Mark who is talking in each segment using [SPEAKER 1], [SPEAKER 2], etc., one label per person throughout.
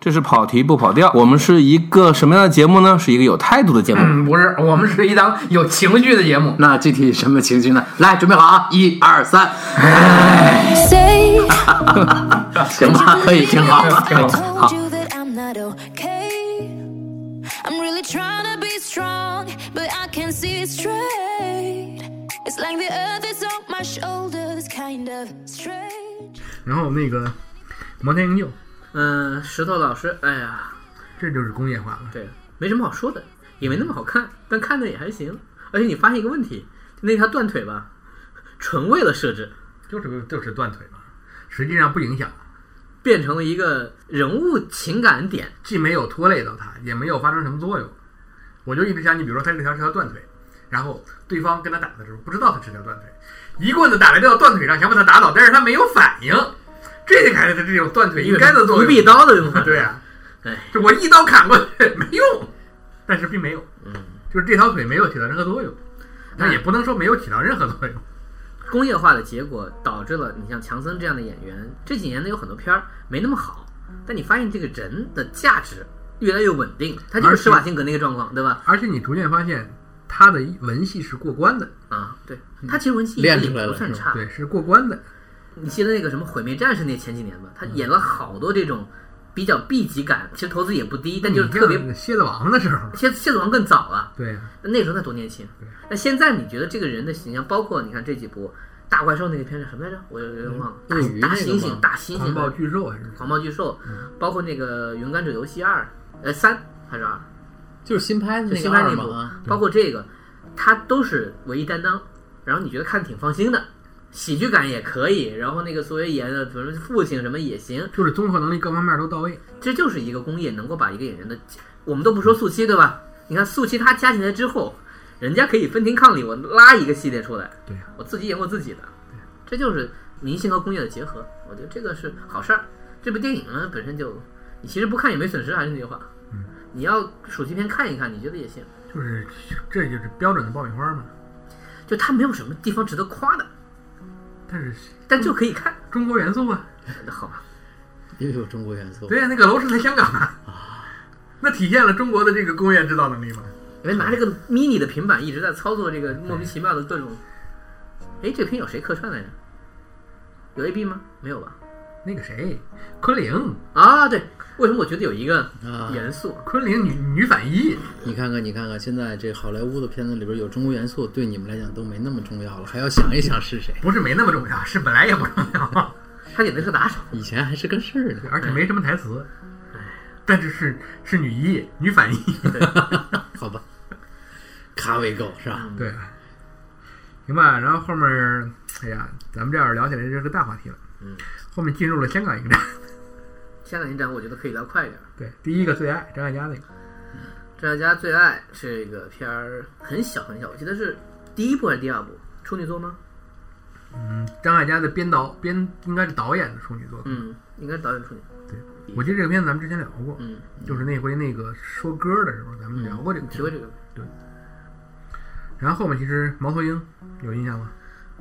[SPEAKER 1] 这是跑题不跑调。我们是一个什么样的节目呢？是一个有态度的节目。
[SPEAKER 2] 嗯，不是，我们是一档有情绪的节目。
[SPEAKER 3] 那具体什么情绪呢？来，准备好啊！一二三，
[SPEAKER 4] Say
[SPEAKER 3] 行吧，可以，挺好，可以，好
[SPEAKER 4] told。you that I'm not okay. I'm really trying to be strong, but I can't see it straight. It's like the earth is on my shoulders, kind of strange.
[SPEAKER 5] 然后那个摩天营救，
[SPEAKER 2] 嗯、石头老师，哎呀，
[SPEAKER 5] 这就是工业化了。
[SPEAKER 2] 对，没什么好说的，也没那么好看，但看着也还行。而且你发现一个问题，那条断腿吧，纯为了设置，
[SPEAKER 5] 就是就是断腿嘛，实际上不影响，
[SPEAKER 2] 变成了一个人物情感点。
[SPEAKER 5] 既没有拖累到他，也没有发生什么作用。我就一直想，你比如说他这条是条断腿，然后对方跟他打的时候不知道他是条断腿，一棍子打来到断腿上，想把他打倒，但是他没有反应，这就感觉他这种断腿应该的作用。
[SPEAKER 2] 一臂刀的用法。
[SPEAKER 5] 对啊，
[SPEAKER 2] 哎，
[SPEAKER 5] 就我一刀砍过去没用，但是并没有，
[SPEAKER 2] 嗯
[SPEAKER 5] 就是这条腿没有起到任何作用，但也不能说没有起到任何作用。
[SPEAKER 2] 工业化的结果导致了你像强森这样的演员，这几年呢有很多片儿没那么好，但你发现这个人的价值越来越稳定，他就是施瓦辛格那个状况，对吧？
[SPEAKER 5] 而且你逐渐发现他的文戏是过关的，
[SPEAKER 2] 啊，对，他其实文戏
[SPEAKER 3] 练
[SPEAKER 2] 也
[SPEAKER 3] 出来了
[SPEAKER 2] 不算
[SPEAKER 3] 是吧
[SPEAKER 2] 差。
[SPEAKER 5] 对，是过关的。
[SPEAKER 2] 你记得那个什么《毁灭战士》那前几年吧，他演了好多这种比较 B 级感，其实投资也不低，但就是
[SPEAKER 3] 嗯
[SPEAKER 2] 特别
[SPEAKER 5] 你。像蝎子王的时候，
[SPEAKER 2] 蝎蝎子王更早了，
[SPEAKER 5] 对呀、啊
[SPEAKER 2] 那时候他多年轻。那现在你觉得这个人的形象，包括你看这几部《大怪兽》那个片是什么来着？我有点忘了。大
[SPEAKER 3] 鳄鱼
[SPEAKER 2] 大
[SPEAKER 3] 嗯那个
[SPEAKER 2] 猩
[SPEAKER 3] 吗
[SPEAKER 2] 猩，大猩猩
[SPEAKER 5] 狂，暴巨兽还是
[SPEAKER 2] 狂暴巨兽，
[SPEAKER 3] 嗯
[SPEAKER 2] 包括那个《勇敢者游戏二》呃三还是二，
[SPEAKER 3] 就是新拍的
[SPEAKER 2] 就
[SPEAKER 3] 那
[SPEAKER 2] 新
[SPEAKER 3] 个
[SPEAKER 2] 拍
[SPEAKER 3] 二
[SPEAKER 2] 那
[SPEAKER 3] 嘛
[SPEAKER 2] 部
[SPEAKER 3] 啊，，
[SPEAKER 2] 包括这个，他都是唯一担当，然后你觉得看得挺放心的，喜剧感也可以，然后那个所谓演的什么父亲什么也行，
[SPEAKER 5] 就是综合能力各方面都到位。
[SPEAKER 2] 这就是一个工业能够把一个演员的，我们都不说速七对吧？你看速七他加起来之后，人家可以分庭抗礼，我拉一个系列出来，
[SPEAKER 5] 对
[SPEAKER 3] 啊
[SPEAKER 2] 我自己演我自己的，这就是明星和工业的结合，我觉得这个是好事儿。这部电影呢本身就，你其实不看也没损失，还是那句话，
[SPEAKER 3] 嗯
[SPEAKER 2] 你要暑期片看一看，你觉得也行，
[SPEAKER 5] 就是这就是标准的爆米花嘛。
[SPEAKER 2] 就它没有什么地方值得夸的，
[SPEAKER 5] 但是
[SPEAKER 2] 但就可以看，
[SPEAKER 5] 中国元素啊，
[SPEAKER 2] 好吧？
[SPEAKER 3] 也嗯有中国元素。
[SPEAKER 5] 对呀、那个楼是在香港啊，那体现了中国的这个工业制造能力嘛。
[SPEAKER 2] 因哎为拿这个 mini 的平板一直在操作这个莫名其妙的各种，哎，这片有谁客串来着？有 AB 吗？没有吧？
[SPEAKER 5] 那个谁，昆凌，
[SPEAKER 2] 啊，对，为什么我觉得有一个
[SPEAKER 3] 啊
[SPEAKER 2] 元素啊？
[SPEAKER 5] 昆凌女女反一，
[SPEAKER 3] 你看看，你看看，现在这好莱坞的片子里边有中国元素，对你们来讲都没那么重要了，还要想一想是谁。
[SPEAKER 5] 不是没那么重要，是本来也不重要，
[SPEAKER 2] 他演的是个打手，
[SPEAKER 3] 以前还是个事儿呢。
[SPEAKER 5] 而且没什么台词。但是是是女一女反一，
[SPEAKER 3] 好吧，咖位够是吧？
[SPEAKER 5] 嗯对，行吧。然后后面儿，哎呀，咱们这样聊起来就是个大话题了。
[SPEAKER 2] 嗯，
[SPEAKER 5] 后面进入了香港影展，
[SPEAKER 2] 香港影展我觉得可以聊快一点。
[SPEAKER 5] 对，第一个最爱张艾嘉那个，
[SPEAKER 2] 张艾嘉最爱这个片儿很小很小，我记得是第一部还是第二部？处女座吗？
[SPEAKER 5] 嗯，张艾嘉的编导编应该是导演的处女作。
[SPEAKER 2] 嗯，应该是导演处女。
[SPEAKER 5] 我记得这个片子咱们之前聊过，
[SPEAKER 2] 嗯，
[SPEAKER 5] 就是那回那个说歌的时候咱
[SPEAKER 3] 嗯
[SPEAKER 5] 们嗯聊过这个
[SPEAKER 2] 提
[SPEAKER 5] 片
[SPEAKER 2] 过
[SPEAKER 5] 子。
[SPEAKER 2] 这个。
[SPEAKER 5] 然后后面其实猫头鹰有印象吗？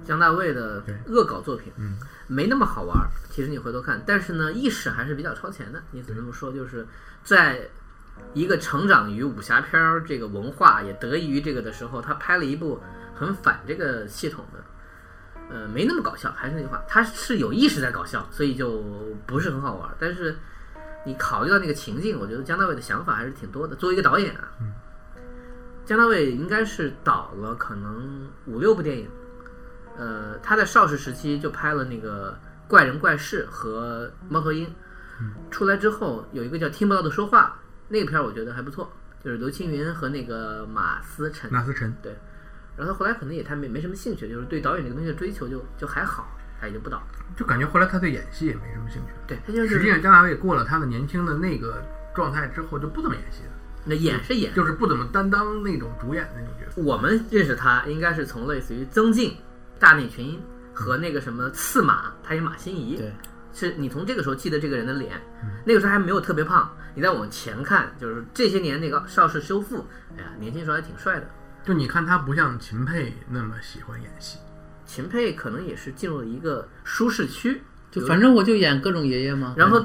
[SPEAKER 2] 江大卫的
[SPEAKER 5] 对
[SPEAKER 2] 恶搞作品，
[SPEAKER 5] 嗯
[SPEAKER 2] 没那么好玩儿。其实你回头看，但是呢，意识还是比较超前的。你只能这么说，就是在一个成长于武侠片儿这个文化，也得益于这个的时候，他拍了一部很反这个系统的，呃，没那么搞笑。还是那句话，他是有意识在搞笑，所以就不是很好玩儿。但是你考虑到那个情境，我觉得江大卫的想法还是挺多的。作为一个导演啊，江大卫应该是导了可能五六部电影。呃，他在邵氏时期就拍了那个《怪人怪事》和《猫头鹰》，出来之后有一个叫《听不到的说话》那个片儿，我觉得还不错，就是刘青云和那个马思辰。
[SPEAKER 5] 纳斯辰，
[SPEAKER 2] 然后他后来可能也他没没什么兴趣，就是对导演这个东西的追求就就还好，他也就不导了。
[SPEAKER 5] 就感觉后来他对演戏也没什么兴趣。
[SPEAKER 2] 对他就
[SPEAKER 5] 实际
[SPEAKER 2] 是
[SPEAKER 5] 上，张大卫过了他的年轻的那个状态之后，就不怎么演戏了，
[SPEAKER 2] 那演是演，
[SPEAKER 5] 就是不怎么担当那种主演的那种角色。
[SPEAKER 2] 我们认识他应该是从类似于曾静、大内群英和那个什么刺马，他演马心怡。
[SPEAKER 3] 对，
[SPEAKER 2] 是你从这个时候记得这个人的脸，那个时候还没有特别胖。你再往前看，就是这些年那个邵氏修复，哎呀，年轻时候还挺帅的。
[SPEAKER 5] 就你看他不像秦沛那么喜欢演戏，
[SPEAKER 2] 秦沛可能也是进入了一个舒适区，
[SPEAKER 3] 就反正我就演各种爷爷嘛。
[SPEAKER 2] 然后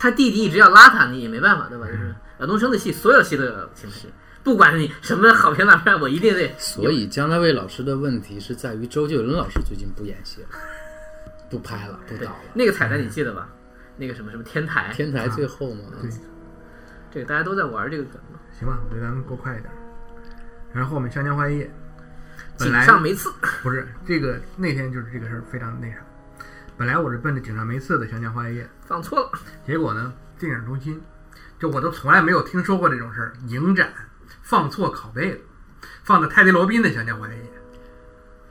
[SPEAKER 2] 他弟弟一直要拉他，你也没办法，对吧？就是老东升的戏，所有戏都有情绪，不管你什么好评烂片，我一定得。
[SPEAKER 3] 所以姜大卫老师的问题是在于周杰伦老师最近不演戏了，不拍了，不
[SPEAKER 2] 对
[SPEAKER 3] 导了。
[SPEAKER 2] 那个彩蛋你记得吧？那个什么什么天台，
[SPEAKER 3] 天台最后嘛，
[SPEAKER 5] 对，
[SPEAKER 2] 这个大家都在玩这个梗嘛。
[SPEAKER 5] 行吧，我觉得咱们过快一点。然后我们《相江花夜》，本
[SPEAKER 2] 井
[SPEAKER 5] 来
[SPEAKER 2] 上没次，
[SPEAKER 5] 不是这个那天就是这个事儿非常那啥。本来我是奔着井上没次的《湘江花夜
[SPEAKER 2] 放错了，》，
[SPEAKER 5] 结果呢，电影中心就我都从来没有听说过这种事儿，影展放错拷贝了，放的泰迪罗宾的《湘江花夜》，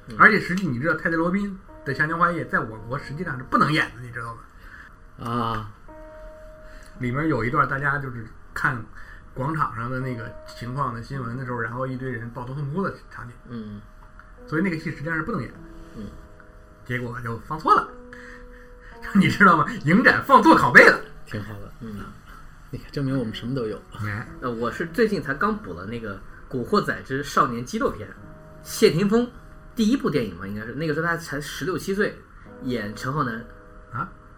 [SPEAKER 2] 嗯
[SPEAKER 5] 而且实际你知道泰迪罗宾的《湘江花夜》在我国实际上是不能演的，你知道吗？
[SPEAKER 3] 啊，
[SPEAKER 5] 里面有一段大家就是看广场上的那个情况的新闻的时候，然后一堆人抱头痛哭的场景，
[SPEAKER 2] 嗯，
[SPEAKER 5] 所以那个戏实际上是不能演的。
[SPEAKER 2] 嗯，
[SPEAKER 5] 结果就放错了， 你知道吗？影展放错拷贝了。
[SPEAKER 3] 挺好的。
[SPEAKER 2] 嗯，
[SPEAKER 3] 你看，证明我们什么都有。
[SPEAKER 5] 哎，
[SPEAKER 2] 呃，我是最近才刚补了那个《古惑仔之少年激斗篇》，谢霆锋第一部电影吧，应该是那个时候他才十六七岁，演陈浩南、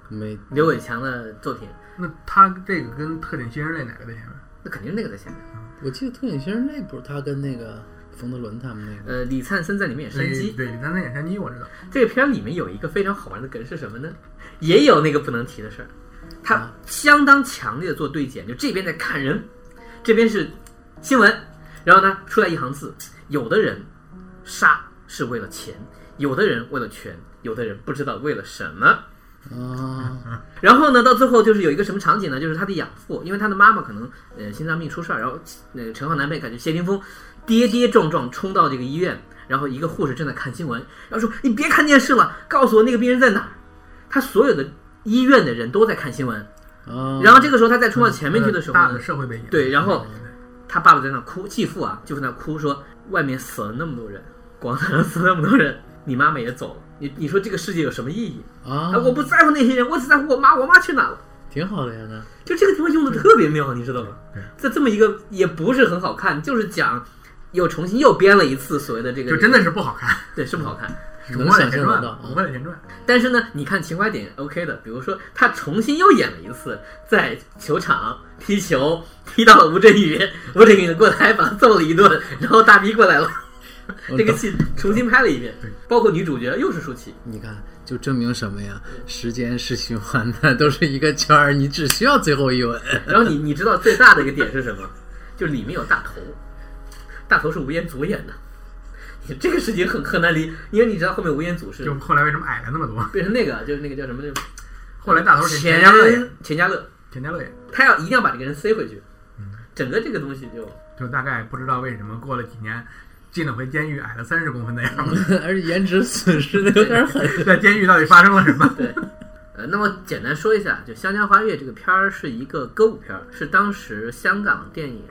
[SPEAKER 3] 没
[SPEAKER 2] 刘伟强的作品，
[SPEAKER 5] 那他这个跟特警新人类哪个在前面？
[SPEAKER 2] 那肯定是那个在前面。
[SPEAKER 3] 我记得特警先生那不是他跟那个冯德伦他们那个，
[SPEAKER 2] 呃，李灿森在里面演山鸡，
[SPEAKER 5] 对，对咱在演山鸡，我知道。
[SPEAKER 2] 这个片儿里面有一个非常好玩的梗是什么呢？也有那个不能提的事儿，他相当强烈的做对剪，就这边在看人，这边是新闻，然后呢出来一行字：有的人杀是为了钱，有的人为了权，有的人不知道为了什么。
[SPEAKER 3] 啊，
[SPEAKER 2] 然后呢，到最后就是有一个什么场景呢？就是他的养父，因为他的妈妈可能呃心脏病出事儿，然后那个陈浩南被感觉谢霆锋跌跌撞撞冲到这个医院，然后一个护士正在看新闻，然后说你别看电视了，告诉我那个病人在哪儿。他所有的医院的人都在看新闻，
[SPEAKER 3] 啊，
[SPEAKER 2] 然后这个时候他再冲到前面去的时候
[SPEAKER 5] 大
[SPEAKER 2] 呢
[SPEAKER 5] 的，社会背景。
[SPEAKER 2] 对，然后他爸爸在那哭，继父啊就在那哭说，外面死了那么多人，广场上死了那么多人，你妈妈也走了，你你说这个世界有什么意义？
[SPEAKER 3] 啊
[SPEAKER 2] 啊，，我不在乎那些人，我只在乎我妈，我妈去哪了？
[SPEAKER 3] 挺好的呀，那
[SPEAKER 2] 就这个地方用的特别妙，你知道吗
[SPEAKER 5] 对？
[SPEAKER 2] 在这么一个也不是很好看，就是讲又重新又编了一次所谓的这个，
[SPEAKER 5] 就真的是不好看，
[SPEAKER 2] 对是不好看。
[SPEAKER 5] 《
[SPEAKER 3] 能
[SPEAKER 5] 古惑仔
[SPEAKER 3] 想
[SPEAKER 5] 前
[SPEAKER 3] 象
[SPEAKER 5] 传
[SPEAKER 3] 得》到
[SPEAKER 5] 《古惑仔前传》。
[SPEAKER 2] 但是呢，你看情怀点 OK 的，比如说他重新又演了一次，在球场踢球，踢到了吴镇宇，吴镇宇过来把他揍了一顿，然后大逼过来了，这个戏重新拍了一遍
[SPEAKER 5] 对，
[SPEAKER 2] 包括女主角又是舒淇，
[SPEAKER 3] 你看，就证明什么呀？时间是循环的，都是一个圈儿，你只需要最后一吻。
[SPEAKER 2] 然后你你知道最大的一个点是什么？就是里面有大头，大头是吴彦祖演的。你这个事情很很难理，因为你知道后面吴彦祖是
[SPEAKER 5] 就后来为什么矮了那么多？
[SPEAKER 2] 变成那个就是那个叫什么那个
[SPEAKER 5] 后来大头是
[SPEAKER 2] 钱
[SPEAKER 5] 钱嘉乐演，
[SPEAKER 2] 钱嘉乐，
[SPEAKER 5] 钱嘉乐演，
[SPEAKER 2] 他要一定要把这个人塞回去，
[SPEAKER 5] 嗯
[SPEAKER 2] 整个这个东西就
[SPEAKER 5] 就大概不知道为什么过了几年，进了回监狱，矮了三十公分的样 子。
[SPEAKER 3] 而且颜值损失的有点狠。
[SPEAKER 5] 在监狱到底发生了什 么？
[SPEAKER 2] 对。呃，那么简单说一下，就《湘江花月》这个片儿是一个歌舞片儿，是当时香港电影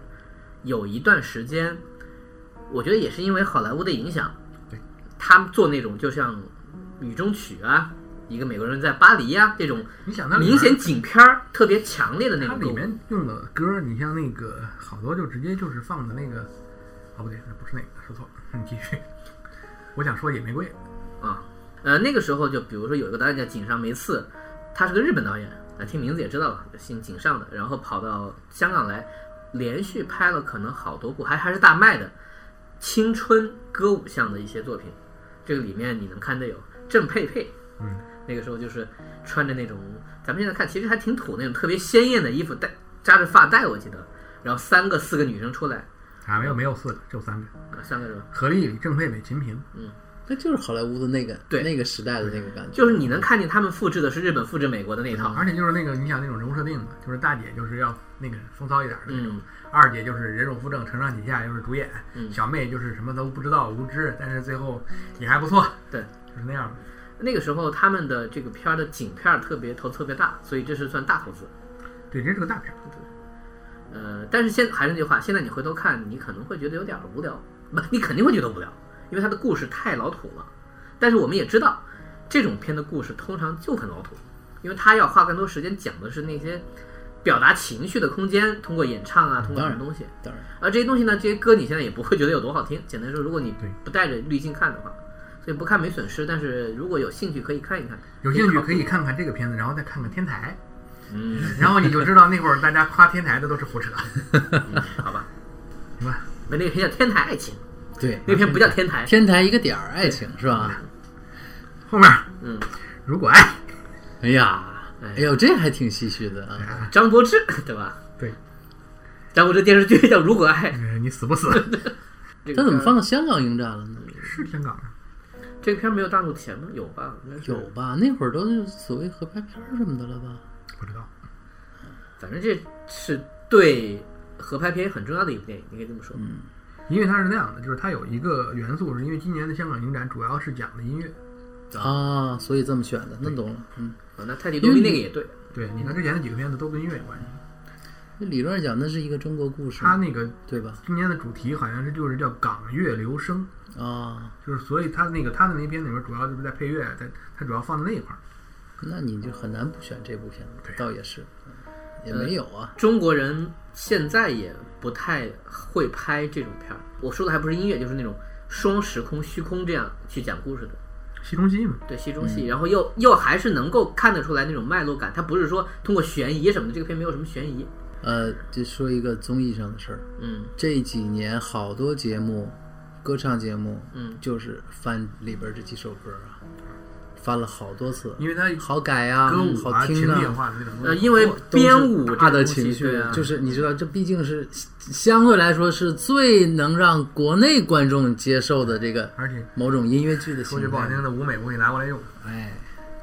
[SPEAKER 2] 有一段时间，我觉得也是因为好莱坞的影响，
[SPEAKER 5] 对，
[SPEAKER 2] 他们做那种就像《雨中曲》啊，一个美国人在巴黎啊这种
[SPEAKER 5] 你想它里面
[SPEAKER 2] 明显景片儿特别强烈的那
[SPEAKER 5] 它
[SPEAKER 2] 种歌
[SPEAKER 5] 里
[SPEAKER 2] 舞，
[SPEAKER 5] 面用的歌，你像那个好多就直接就是放的那个，哦不对，那不是那个，说错了，你继续。我想说野玫瑰，
[SPEAKER 2] 啊，呃，那个时候就比如说有一个导演叫井上梅次，他是个日本导演，啊，听名字也知道了，姓井上的，然后跑到香港来，连续拍了可能好多部，还还是大卖的青春歌舞向的一些作品。这个里面你能看到有郑佩佩，
[SPEAKER 5] 嗯，
[SPEAKER 2] 那个时候就是穿着那种咱们现在看其实还挺土那种特别鲜艳的衣服，带扎着发带，我记得，然后三个四个女生出来，
[SPEAKER 5] 啊没有没有四个，只有三个，
[SPEAKER 2] 啊，三个人。
[SPEAKER 5] 何丽、郑佩佩、秦萍，
[SPEAKER 2] 嗯
[SPEAKER 3] 那就是好莱坞的那个
[SPEAKER 2] 对
[SPEAKER 3] 那个时代的那个感觉，
[SPEAKER 2] 就是你能看见他们复制的是日本复制美国的那一套，
[SPEAKER 5] 而且就是那个你想那种人物设定的，就是大姐就是要那个风骚一点的那种，
[SPEAKER 2] 嗯，
[SPEAKER 5] 二姐就是人肉夫正，承上启下，又是主演，
[SPEAKER 2] 嗯
[SPEAKER 5] 小妹就是什么都不知道无知，但是最后也还不错，
[SPEAKER 2] 对，
[SPEAKER 5] 就是那样的。
[SPEAKER 2] 那个时候他们的这个片儿的景片儿特别投资特别大，所以这是算大投资。
[SPEAKER 5] 对，这是个大片儿，
[SPEAKER 2] 呃，但是现还是那句话，现在你回头看，你可能会觉得有点儿无聊，不， 你肯定会觉得无聊，因为它的故事太老土了。但是我们也知道，这种片的故事通常就很老土，因为它要花更多时间讲的是那些表达情绪的空间，通过演唱啊，通过什么东西。
[SPEAKER 3] 当然
[SPEAKER 2] 而这些东西呢，这些歌你现在也不会觉得有多好听。简单说，如果你
[SPEAKER 5] 对
[SPEAKER 2] 不带着滤镜看的话，所以不看没损失。但是如果有兴趣，可以看一看。
[SPEAKER 5] 有兴趣可以看看这个片子，然后再看看《天台》，
[SPEAKER 2] 嗯，
[SPEAKER 5] 然后你就知道那会儿大家夸天台的都是胡扯，
[SPEAKER 2] 好吧，
[SPEAKER 5] 明白？
[SPEAKER 2] 那那篇叫《天台爱情》，
[SPEAKER 3] 对，
[SPEAKER 2] 那篇不叫《天台》，
[SPEAKER 3] 啊天台一个点儿爱情是吧？
[SPEAKER 5] 后面
[SPEAKER 2] 嗯，
[SPEAKER 5] 如果爱，
[SPEAKER 3] 哎呀，哎呦，这还挺唏嘘的
[SPEAKER 5] 哎
[SPEAKER 3] 啊。
[SPEAKER 2] 张柏芝对吧？
[SPEAKER 5] 对，
[SPEAKER 2] 张柏芝电视剧叫《如果爱》，
[SPEAKER 5] 呃你死 不死？
[SPEAKER 2] 这个
[SPEAKER 3] 嗯他怎么
[SPEAKER 2] 片儿
[SPEAKER 3] 放到香港影展了呢？
[SPEAKER 5] 是香港的，
[SPEAKER 2] 这个片儿没有大陆钱吗？有吧？应该是
[SPEAKER 3] 有，吧？那会儿都是所谓合拍片儿什么的了吧？
[SPEAKER 5] 不知道。
[SPEAKER 2] 反正这是对合拍片很重要的一部电影，应该这么说。嗯，
[SPEAKER 5] 因为它是那样的，就是它有一个元素，是因为今年的香港影展主要是讲的音乐。
[SPEAKER 3] 啊，所以这么选的，那懂了。嗯，
[SPEAKER 2] 啊那泰迪罗宾那个也对，
[SPEAKER 5] 对，你看之前的几个片子都跟音乐有关系。
[SPEAKER 3] 这理论上讲，那是一个中国故事，
[SPEAKER 5] 它那个
[SPEAKER 3] 对吧？
[SPEAKER 5] 今年的主题好像是就是叫港乐留声，
[SPEAKER 3] 啊，
[SPEAKER 5] 就是所以它那个它的那片里面主要就是在配乐，在它主要放在那一块儿。
[SPEAKER 3] 那你就很难不选这部片子
[SPEAKER 5] 对，
[SPEAKER 3] 倒也是，嗯也没有啊。
[SPEAKER 2] 中国人现在也不太会拍这种片儿。我说的还不是音乐，就是那种双时空、虚空这样去讲故事的。
[SPEAKER 5] 戏中戏嘛，
[SPEAKER 2] 对戏中
[SPEAKER 3] 嗯
[SPEAKER 2] 戏，然后又又还是能够看得出来那种脉络感，它不是说通过悬疑什么的，这个片没有什么悬疑。
[SPEAKER 3] 呃，就说一个综艺上的事儿，
[SPEAKER 2] 嗯
[SPEAKER 3] 这几年好多节目，歌唱节目，
[SPEAKER 2] 嗯，
[SPEAKER 3] 就是翻里边这几首歌啊，翻了好多次，
[SPEAKER 5] 因为它
[SPEAKER 3] 好改呀、
[SPEAKER 5] 歌舞
[SPEAKER 3] 嗯好
[SPEAKER 5] 啊、情
[SPEAKER 3] 听
[SPEAKER 5] 景
[SPEAKER 3] 啊，
[SPEAKER 5] 化的那种东
[SPEAKER 2] 呃，
[SPEAKER 5] 西。
[SPEAKER 2] 因为
[SPEAKER 3] 都是
[SPEAKER 2] 编舞这
[SPEAKER 3] 大
[SPEAKER 2] 个
[SPEAKER 3] 的
[SPEAKER 2] 东
[SPEAKER 3] 情
[SPEAKER 2] 西，
[SPEAKER 3] 绪
[SPEAKER 2] 对啊，
[SPEAKER 3] 就是你知道，这毕竟是相对来说是最能让国内观众接受的这个
[SPEAKER 5] 而且
[SPEAKER 3] 某种音乐剧的
[SPEAKER 5] 说句
[SPEAKER 3] 形
[SPEAKER 5] 不好听
[SPEAKER 3] 态。
[SPEAKER 5] 的，舞美我给你拿过来用。
[SPEAKER 3] 哎，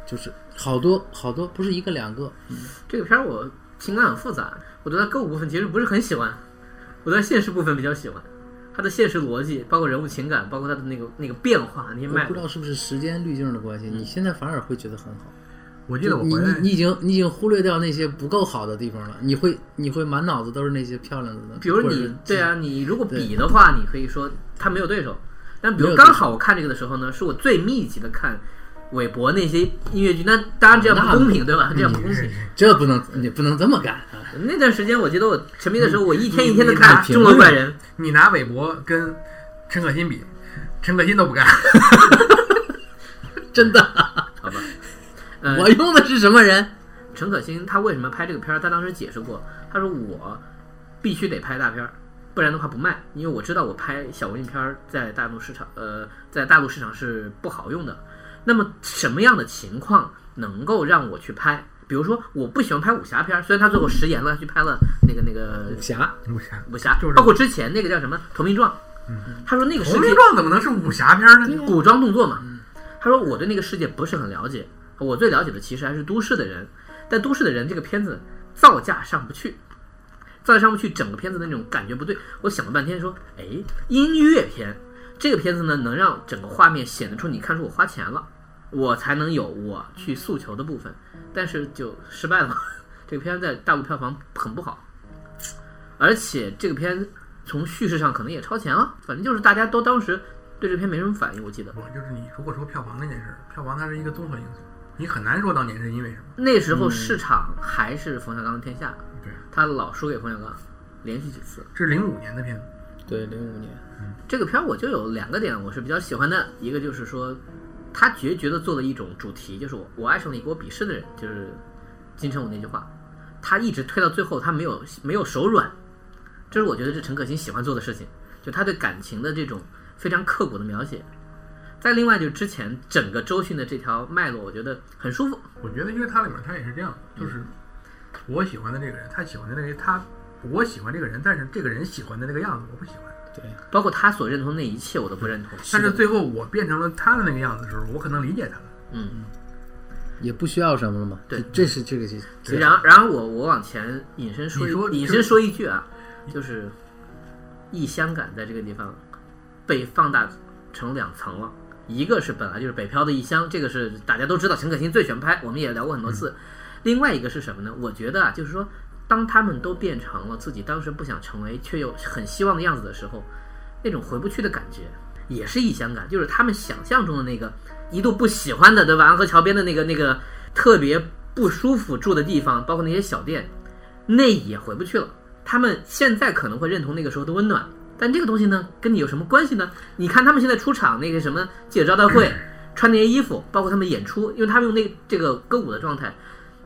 [SPEAKER 3] 就是好多好多，不是一个两个，
[SPEAKER 2] 这个片儿我情感很复杂，我对它歌舞部分其实不是很喜欢，我对它现实部分比较喜欢，它的现实逻辑，包括人物情感，包括它的那个那个变化那些
[SPEAKER 3] 我
[SPEAKER 2] 脉
[SPEAKER 3] 不知
[SPEAKER 2] 络
[SPEAKER 3] 道，是不是时间滤镜的关
[SPEAKER 5] 嗯
[SPEAKER 3] 系，你现在反而会觉得很好。
[SPEAKER 5] 我记得我
[SPEAKER 3] 你
[SPEAKER 5] 回来
[SPEAKER 3] 你你已经你已经忽略掉那些不够好的地方了，你会你会满脑子都是那些漂亮的东西。
[SPEAKER 2] 比如
[SPEAKER 3] 或者
[SPEAKER 2] 你
[SPEAKER 3] 是
[SPEAKER 2] 对，啊，你如果比的话，你可以说他没有对手。但比如
[SPEAKER 3] 没有对手
[SPEAKER 2] 刚好我看这个的时候呢，是我最密集的看韦伯那些音乐剧，那当然这样不公平，对吧？这样不公平。
[SPEAKER 3] 这不能你不能这么干啊！
[SPEAKER 2] 那段时间我记得我沉迷的时候，我一天一天的
[SPEAKER 5] 你
[SPEAKER 2] 看
[SPEAKER 5] 你
[SPEAKER 2] 《钟楼怪人》，
[SPEAKER 5] 你拿韦伯跟陈可辛比，陈可辛都不干。
[SPEAKER 3] 真的，
[SPEAKER 2] 好 吧？呃，
[SPEAKER 3] 我用的是什么人？
[SPEAKER 2] 陈可辛他为什么拍这个片儿？他当时解释过，他说我必须得拍大片儿，不然的话不卖，因为我知道我拍小文艺片儿在大陆市场，呃，在大陆市场是不好用的。那么什么样的情况能够让我去拍？比如说，我不喜欢拍武侠片儿，虽然他最后食言了，去拍了那个那个
[SPEAKER 3] 武侠
[SPEAKER 5] 武侠，
[SPEAKER 2] 武侠
[SPEAKER 5] 就是，
[SPEAKER 2] 包括之前那个叫什么《投名状》，他说那个世
[SPEAKER 5] 红
[SPEAKER 2] 界
[SPEAKER 5] 名状怎么能是武侠片呢？
[SPEAKER 2] 古装动作嘛。他说我对那个世界不是很了解，我最了解的其实还是都市的人，但都市的人这个片子造价上不去，造价上不去，整个片子的那种感觉不对。我想了半天说，哎，音乐片这个片子呢，能让整个画面显得出你看出我花钱了，我才能有我去诉求的部分，但是就失败了。这个片在大陆票房很不好，而且这个片从叙事上可能也超前了，反正就是大家都当时对这片没什么反应，我记得。
[SPEAKER 5] 我就是你，如果说票房那件事儿，票房它是一个综合因素，你很难说当年是因为什么。
[SPEAKER 2] 那时候市场还是冯小刚的天下，
[SPEAKER 5] 对，
[SPEAKER 2] 他老输给冯小刚，连续几次。
[SPEAKER 5] 这是零五年的片子，
[SPEAKER 3] 对，零五年
[SPEAKER 2] 这个片儿我就有两个点我是比较喜欢的，一个就是说，他决绝的做了一种主题，就是我我爱上了一个我鄙视的人，就是金城武那句话，他一直推到最后，他没有没有手软，这是我觉得这陈可辛喜欢做的事情，就他对感情的这种非常刻骨的描写。再另外就是之前整个周迅的这条脉络，我觉得很舒服，
[SPEAKER 5] 我觉得因为它里面它也是这样的，就是我喜欢的这个人，他喜欢的那个人他。我喜欢这个人，但是这个人喜欢的那个样子我不喜欢。
[SPEAKER 3] 对，
[SPEAKER 2] 包括他所认同的那一切我都不认同。
[SPEAKER 5] 但是最后我变成了他的那个样子的时候，我可能理解他了。
[SPEAKER 2] 嗯，
[SPEAKER 3] 也不需要什么了嘛。
[SPEAKER 2] 对
[SPEAKER 3] 这这是这个这这
[SPEAKER 2] 然后然后我我往前引申说一
[SPEAKER 5] 你说
[SPEAKER 2] 引
[SPEAKER 5] 就
[SPEAKER 2] 申说一句啊，就是异乡感在这个地方被放大成两层了。一个是本来就是北漂的异乡，这个是大家都知道，陈可辛最喜欢拍，我们也聊过很多
[SPEAKER 5] 嗯
[SPEAKER 2] 次。另外一个是什么呢？我觉得啊，就是说，当他们都变成了自己当时不想成为却又很希望的样子的时候，那种回不去的感觉，也是异乡感，就是他们想象中的那个一度不喜欢的，对吧？安河桥边的那个那个特别不舒服住的地方，包括那些小店，那也回不去了。他们现在可能会认同那个时候的温暖，但这个东西呢，跟你有什么关系呢？你看他们现在出场那个什 么记者招待会，穿那些衣服，包括他们演出，因为他们用那这个歌舞的状态，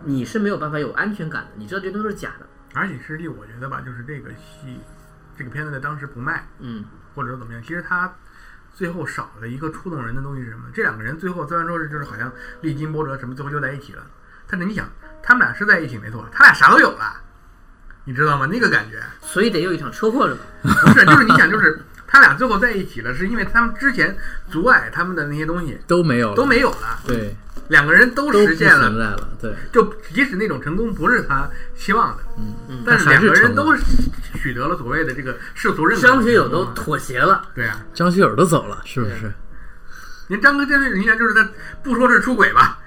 [SPEAKER 2] 你是没有办法有安全感的，你知道这东西是假的。
[SPEAKER 5] 而且实际我觉得吧，就是这个戏，这个片子在当时不卖，
[SPEAKER 2] 嗯，
[SPEAKER 5] 或者说怎么样，其实它最后少了一个触动人的东西是什么？这两个人最后虽然说是就是好像历经波折什么，最后又在一起了，但是你想，他们俩是在一起没错，他俩啥都有了，你知道吗？那个感觉
[SPEAKER 2] 所以得有一场车祸是吧？
[SPEAKER 5] 不是，就是你想，就是他俩最后在一起了，是因为他们之前阻碍他们的那些东西
[SPEAKER 3] 都没有了
[SPEAKER 5] 都没有了，
[SPEAKER 3] 对，
[SPEAKER 5] 两个人都
[SPEAKER 3] 都不
[SPEAKER 5] 实
[SPEAKER 3] 存
[SPEAKER 5] 现
[SPEAKER 3] 在
[SPEAKER 5] 了。
[SPEAKER 3] 了，对，
[SPEAKER 5] 就即使那种成功不是他希望的，
[SPEAKER 2] 嗯
[SPEAKER 5] 但是
[SPEAKER 3] 还
[SPEAKER 5] 两
[SPEAKER 3] 是
[SPEAKER 5] 个人
[SPEAKER 3] 成功
[SPEAKER 5] 都取得了所谓的这个世俗认可。
[SPEAKER 2] 张学友都妥协了，
[SPEAKER 5] 对啊，
[SPEAKER 3] 张学友都走了，是不是？
[SPEAKER 5] 您张哥这是你想就是他不说是出轨吧，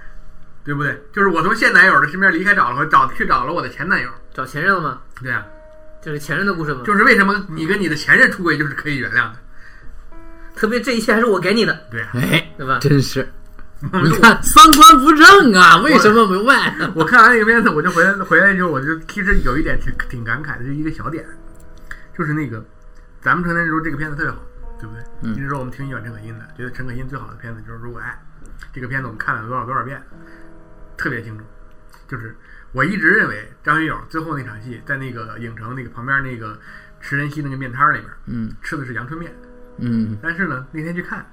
[SPEAKER 5] 对不对？就是我从现男友的身边离开找了找去找了我的前男友，
[SPEAKER 2] 找前任了吗？
[SPEAKER 5] 对啊，
[SPEAKER 2] 这是前任的故事吗？
[SPEAKER 5] 就是为什么你跟你的前任出轨就是可以原谅的，
[SPEAKER 2] 特别这一切还是我给你的，
[SPEAKER 5] 对啊。
[SPEAKER 3] 哎，
[SPEAKER 2] 对吧？
[SPEAKER 3] 真是，
[SPEAKER 5] 我
[SPEAKER 3] 你看三观不正啊，为什么不卖？
[SPEAKER 5] 我看完那个片子，我就回来回来之后，我就其实有一点挺挺感慨的，就一个小点，就是那个咱们成天说这个片子特别好，对不对？一直说我们挺喜欢陈可辛的，觉得陈可辛最好的片子就是《如果爱》，这个片子我们看了多少多少遍，特别清楚。就是我一直认为张学友最后那场戏，在那个影城那个旁边那个食人溪那个面摊儿里边，
[SPEAKER 3] 嗯
[SPEAKER 5] 吃的是阳春面，
[SPEAKER 3] 嗯，
[SPEAKER 5] 但是呢，那天去看，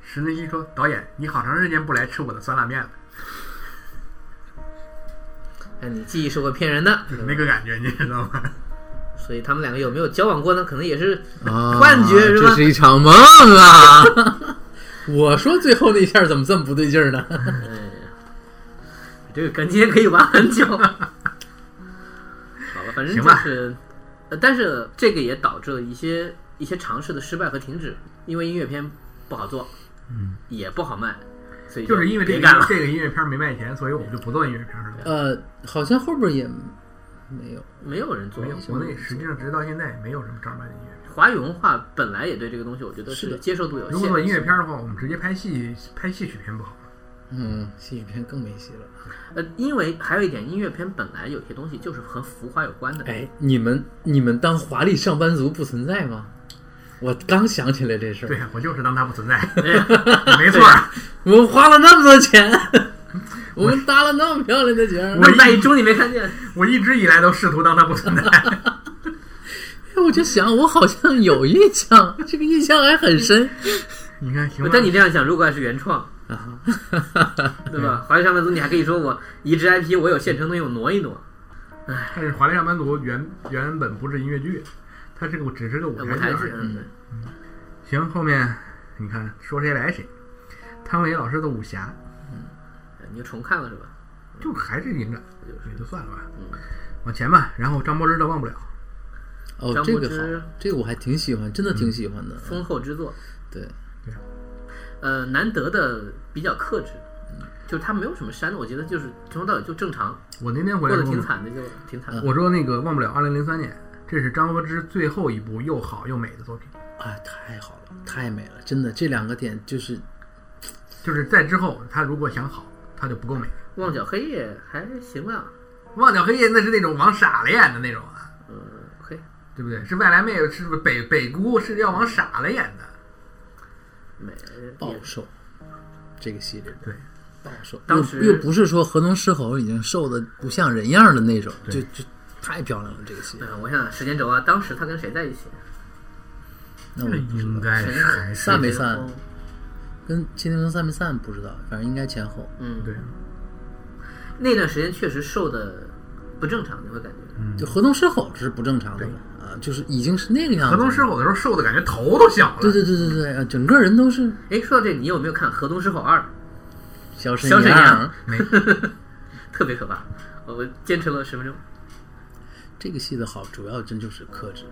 [SPEAKER 5] 石林熙说：“导演，你好长时间不来吃我的酸辣面了。”
[SPEAKER 2] 哎，你记忆是会骗人的，
[SPEAKER 5] 就是那个感觉，你知道吗？
[SPEAKER 2] 所以他们两个有没有交往过呢？可能也是
[SPEAKER 3] 啊，
[SPEAKER 2] 幻觉是吧
[SPEAKER 3] 这是一场梦啊！ 我说最后那一下怎么这么不对劲儿呢？
[SPEAKER 2] 这个感觉可以玩很 久。好吧，反正
[SPEAKER 5] 行
[SPEAKER 2] 就
[SPEAKER 5] 吧
[SPEAKER 2] 是，呃，但是这个也导致了一些一些尝试的失败和停止，因为音乐片不好做，嗯，也不好卖，所以
[SPEAKER 5] 就是因为这
[SPEAKER 2] 别
[SPEAKER 5] 个
[SPEAKER 2] 干 了。
[SPEAKER 5] 这个音乐片没卖钱，所以我们就不做音乐片了。
[SPEAKER 3] 呃，好像后边也没有，
[SPEAKER 2] 没有人做
[SPEAKER 5] 没有，国内实际上直到现在也没有什么正儿八经音乐片。
[SPEAKER 2] 华语文化本来也对这个东西，我觉得
[SPEAKER 3] 是的
[SPEAKER 2] 接受度有
[SPEAKER 5] 如果做音
[SPEAKER 2] 限。
[SPEAKER 5] 乐片的话，我们直接拍戏拍戏曲片不好吗？
[SPEAKER 3] 嗯，戏剧片更没戏了。
[SPEAKER 2] 呃，因为还有一点，音乐片本来有些东西就是和浮华有关的。
[SPEAKER 3] 哎，你们你们当华丽上班族不存在吗？我刚想起来这事
[SPEAKER 5] 对啊
[SPEAKER 3] 儿，
[SPEAKER 5] 呀，我就是当它不存在，
[SPEAKER 2] 对呀，
[SPEAKER 5] 没错儿。
[SPEAKER 3] 我们花了那么多钱， 我们搭了那么漂亮的景儿，
[SPEAKER 5] 我
[SPEAKER 2] 那一中你没看见？
[SPEAKER 5] 我一直以来都试图当它不存在。
[SPEAKER 3] 哎我就想，我好像有印象，这个印象还很深
[SPEAKER 5] 你看，
[SPEAKER 3] 嗯
[SPEAKER 5] 行吗？
[SPEAKER 2] 但你这样想，如果要是原 创，
[SPEAKER 3] 啊。
[SPEAKER 2] 对吧？华丽上班族，你还可以说我移植 IP，我有现成东西，我挪一挪。
[SPEAKER 5] 但是《华丽上班族》原原本不是音乐剧，它是个只是个舞
[SPEAKER 2] 呃
[SPEAKER 5] 台
[SPEAKER 2] 舞台剧，
[SPEAKER 5] 而已。
[SPEAKER 2] 嗯，对
[SPEAKER 5] 行，后面你看说谁来谁，汤唯老师的武侠
[SPEAKER 2] 呃你就重看了是吧？
[SPEAKER 5] 就还是影展，
[SPEAKER 2] 就是
[SPEAKER 5] 也就算了吧
[SPEAKER 2] 嗯。
[SPEAKER 5] 往前吧，然后张柏芝的忘不了。
[SPEAKER 3] 哦
[SPEAKER 2] 张，
[SPEAKER 3] 这
[SPEAKER 2] 柏
[SPEAKER 3] 个
[SPEAKER 2] 芝
[SPEAKER 3] 好，这个我还挺喜欢，真的挺喜欢的。
[SPEAKER 2] 丰厚之作，
[SPEAKER 3] 对，
[SPEAKER 2] 呃，难得的比较克制，就是他没有什么煽的，我觉得就是从头到尾就正常，
[SPEAKER 5] 我那天回
[SPEAKER 2] 过
[SPEAKER 5] 来
[SPEAKER 2] 得
[SPEAKER 5] 跟我
[SPEAKER 2] 挺
[SPEAKER 5] 们
[SPEAKER 2] 惨的，就挺惨
[SPEAKER 3] 嗯
[SPEAKER 2] 的。
[SPEAKER 5] 我说那个忘不了，二零零三年，这是张柏芝最后一部又好又美的作品，
[SPEAKER 3] 啊，太好了，太美了，真的，这两个点就是
[SPEAKER 5] 就是在之后，她如果想好，她就不够美。
[SPEAKER 2] 旺角黑夜还行啊吧，
[SPEAKER 5] 忘掉黑夜那是那种往傻了演的那种啊，
[SPEAKER 2] 嗯，可以。
[SPEAKER 5] 对不对？是外来妹，是不是北北姑是要往傻了演的？
[SPEAKER 2] 美
[SPEAKER 3] 暴
[SPEAKER 2] 也
[SPEAKER 3] 瘦，这个戏里边
[SPEAKER 5] 对，
[SPEAKER 3] 暴瘦，
[SPEAKER 2] 当
[SPEAKER 3] 又
[SPEAKER 2] 时
[SPEAKER 3] 又不是说河东狮吼已经瘦的不像人样的那种，就就太漂亮了这个戏。
[SPEAKER 2] 嗯，我想想时间轴啊，当时他跟谁在一起？
[SPEAKER 3] 那
[SPEAKER 5] 这
[SPEAKER 3] 我
[SPEAKER 2] 嗯
[SPEAKER 5] 应该
[SPEAKER 2] 谁
[SPEAKER 5] 还是
[SPEAKER 3] 散没散？跟《七零零散没散》不知道，反正应该前后。
[SPEAKER 2] 嗯，
[SPEAKER 5] 对，
[SPEAKER 2] 那段时间确实瘦的不正常，你会感觉
[SPEAKER 3] 就河东狮吼是不正常的了啊，就是已经是那个样
[SPEAKER 5] 河
[SPEAKER 3] 子了。
[SPEAKER 5] 东狮吼的时候瘦的感觉头都小了。
[SPEAKER 3] 对对对对对，啊，整个人都是。
[SPEAKER 2] 哎，说到这，你有没有看《河东狮吼二》？
[SPEAKER 3] 小沈
[SPEAKER 2] 小沈
[SPEAKER 3] 阳
[SPEAKER 2] 阳，
[SPEAKER 5] 没，
[SPEAKER 2] 特别可怕，我我坚持了十分钟。
[SPEAKER 3] 这个戏的好，主要真就是克制。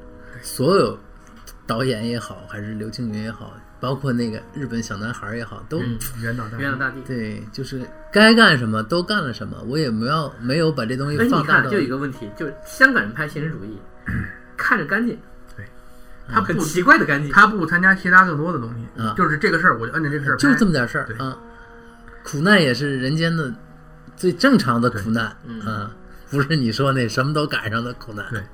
[SPEAKER 3] 所有导演也好，还是刘青云也好，包括那个日本小男孩也好，
[SPEAKER 2] 嗯
[SPEAKER 3] 都、
[SPEAKER 5] 袁导大
[SPEAKER 2] 鸳鸯大哎帝。
[SPEAKER 3] 对，就是该干什么都干了什么，我也没有没有把这东西
[SPEAKER 2] 哎，你
[SPEAKER 3] 放大
[SPEAKER 2] 看，
[SPEAKER 3] 到
[SPEAKER 2] 就有一个问题，就是香港人拍现实 主义，看着干净，
[SPEAKER 3] 嗯
[SPEAKER 5] 他不
[SPEAKER 2] 很奇怪的干净。
[SPEAKER 5] 他不参加其他更多的东西
[SPEAKER 3] 啊，
[SPEAKER 5] 就是这个事儿我就摁着这个事儿
[SPEAKER 3] 就是这么
[SPEAKER 5] 的。
[SPEAKER 3] 点事儿
[SPEAKER 5] 对
[SPEAKER 3] 啊。苦难也是人间的最正常的苦难啊，不是你说那什么都赶上的苦难。
[SPEAKER 5] 对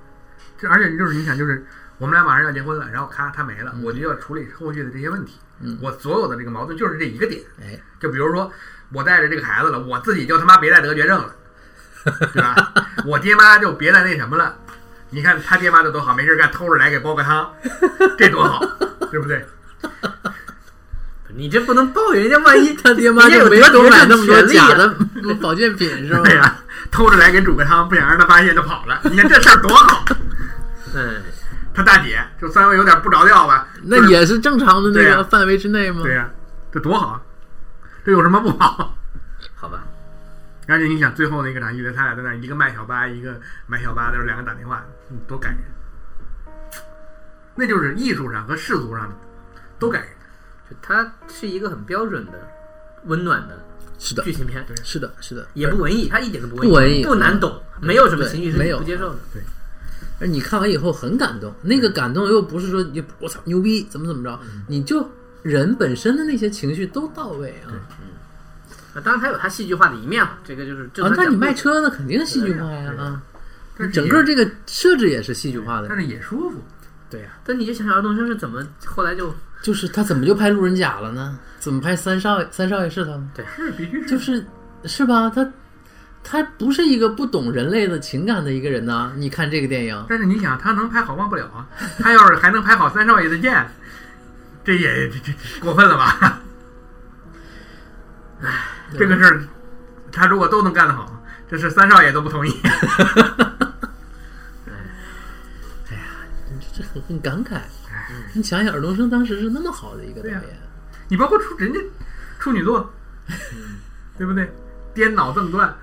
[SPEAKER 5] 这而且就是你想，就是我们俩马上要结婚了，然后咔他没了，我就要处理后续的这些问题。我所有的这个矛盾就是这一个点，
[SPEAKER 3] 哎，
[SPEAKER 5] 就比如说，我带着这个孩子了，我自己就他妈别再得绝症了，对吧？我爹妈就别再那什么了。你看他爹妈这多好，没事干偷着来给煲个汤，这多好，对不对？
[SPEAKER 2] 你这不能抱怨人家，万一
[SPEAKER 3] 他爹妈
[SPEAKER 2] 人家
[SPEAKER 3] 就
[SPEAKER 2] 有
[SPEAKER 3] 没
[SPEAKER 2] 得
[SPEAKER 3] 多
[SPEAKER 2] 着
[SPEAKER 3] 买那么多
[SPEAKER 2] 权利
[SPEAKER 3] 假
[SPEAKER 2] 啊
[SPEAKER 3] 的 保健品是吧？
[SPEAKER 5] 对呀、偷着来给煮个汤，不想让他发现就跑了。你看这事儿多好！
[SPEAKER 2] 哎，
[SPEAKER 5] 他大姐就稍微有点不着调吧，
[SPEAKER 3] 那也是正常的那
[SPEAKER 5] 对
[SPEAKER 3] 个
[SPEAKER 5] 呀
[SPEAKER 3] 范围之内吗？
[SPEAKER 5] 对呀、这多好，啊这有什么不好？
[SPEAKER 2] 好吧，
[SPEAKER 5] 而且你想，最后那个场戏，他俩在那儿一个卖小巴，一个买小巴，就是两个打电话，嗯多感人。那就是艺术上和世俗上都感人。
[SPEAKER 2] 就它是一个很标准的温暖的
[SPEAKER 3] 是的
[SPEAKER 2] 剧，情片，
[SPEAKER 3] 是的，是的。
[SPEAKER 2] 也不文艺，它一点都不
[SPEAKER 3] 不文艺嗯
[SPEAKER 2] 艺，不难懂，没有什么情绪是
[SPEAKER 3] 没
[SPEAKER 2] 你
[SPEAKER 3] 有
[SPEAKER 2] 不接受的。
[SPEAKER 3] 而你看完以后很感动，那个感动又不是说你我操牛逼怎么怎么着，你就人本身的那些情绪都到位啊。
[SPEAKER 2] 那啊当然，它有它戏剧化的一面嘛，这个就是正
[SPEAKER 3] 啊
[SPEAKER 2] 常，
[SPEAKER 3] 那
[SPEAKER 2] 讲
[SPEAKER 3] 你卖
[SPEAKER 2] 故事
[SPEAKER 3] 车那肯定戏剧化呀啊！
[SPEAKER 5] 但是
[SPEAKER 3] 整
[SPEAKER 5] 也
[SPEAKER 3] 个这个设置也是戏剧化的
[SPEAKER 5] 但，是也舒服。
[SPEAKER 3] 对啊呀、
[SPEAKER 2] 但你就想想儿童生是怎么后来就
[SPEAKER 3] 就是他怎么就拍路人甲了呢？怎么拍三少爷？三少爷是他吗？
[SPEAKER 5] 是必须是
[SPEAKER 3] 就是是吧？他他不是一个不懂人类的情感的一个人呐、你看这个电影，
[SPEAKER 5] 但是你想，他能拍好忘不了啊！他要是还能拍好三少爷的剑，这也这这这过分了吧？这个事儿，他如果都能干得好，这是三少爷都不同意。
[SPEAKER 3] 这很很感慨。你想想，尔冬升当时是那么好的一个导
[SPEAKER 5] 对呀
[SPEAKER 3] 演，
[SPEAKER 5] 你包括处人家处女座，嗯对不对？颠倒锃断，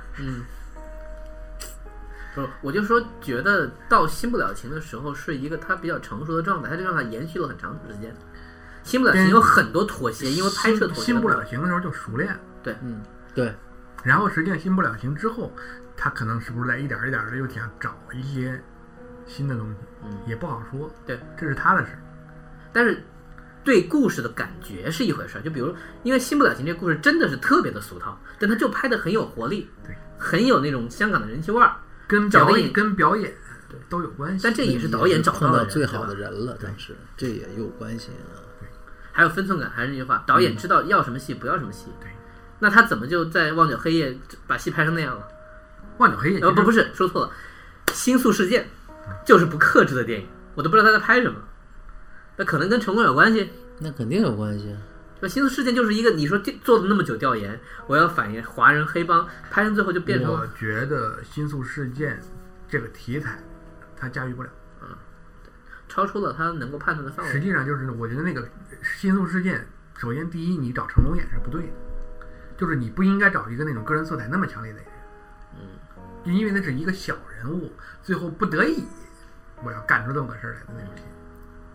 [SPEAKER 2] 不是，我就说觉得到新不了情的时候是一个他比较成熟的状态，他这状态延续了很长时间。新不了情有很多妥协，因为拍摄妥协
[SPEAKER 5] 新不了情的时候就熟练，
[SPEAKER 3] 嗯，对，
[SPEAKER 5] 然后实际上新不了情之后，他可能是不是在一点儿一点的又想找一些新的东西，也不好说。
[SPEAKER 2] 对，
[SPEAKER 5] 这是他的事儿。
[SPEAKER 2] 但是对故事的感觉是一回事儿。就比如，因为新不了情这故事真的是特别的俗套，但他就拍的很有活力，
[SPEAKER 5] 对，
[SPEAKER 2] 很有那种香港的人气味儿。
[SPEAKER 5] 跟表
[SPEAKER 2] 表
[SPEAKER 5] 演
[SPEAKER 2] 演
[SPEAKER 5] 跟表演都有关系。
[SPEAKER 2] 但这也是导演找
[SPEAKER 3] 碰
[SPEAKER 2] 的
[SPEAKER 3] 到
[SPEAKER 2] 人
[SPEAKER 3] 最好的。
[SPEAKER 2] 对吧
[SPEAKER 3] 人了，当时这也有关系啊。
[SPEAKER 2] 还有分寸感，还是那句话，导演知道要什么戏，不要什么戏。
[SPEAKER 5] 对，
[SPEAKER 2] 那他怎么就在《望角黑夜》把戏拍成那样了？
[SPEAKER 5] 万柳黑也
[SPEAKER 2] 呃，不，不
[SPEAKER 5] 是
[SPEAKER 2] 是，说错了，《星宿事件》就是不克制的电影，我都不知道他在拍什么。那可能跟成功有关系。
[SPEAKER 3] 那肯定有关系啊。
[SPEAKER 2] 那《星宿事件》就是一个你说调做了那么久调研，我要反映华人黑帮，拍成最后就变成
[SPEAKER 5] 我觉得《新宿事件》这个题材，他驾驭不了。
[SPEAKER 2] 超出了他能够判断的范
[SPEAKER 5] 实
[SPEAKER 2] 围。
[SPEAKER 5] 际上就是，我觉得那个《新宿事件》，首先第一，你找成龙演是不对的，就是你不应该找一个那种个人色彩那么强烈的演员，嗯，就因为那是一个小人物，最后不得已我要干出这么个事儿来的那种戏，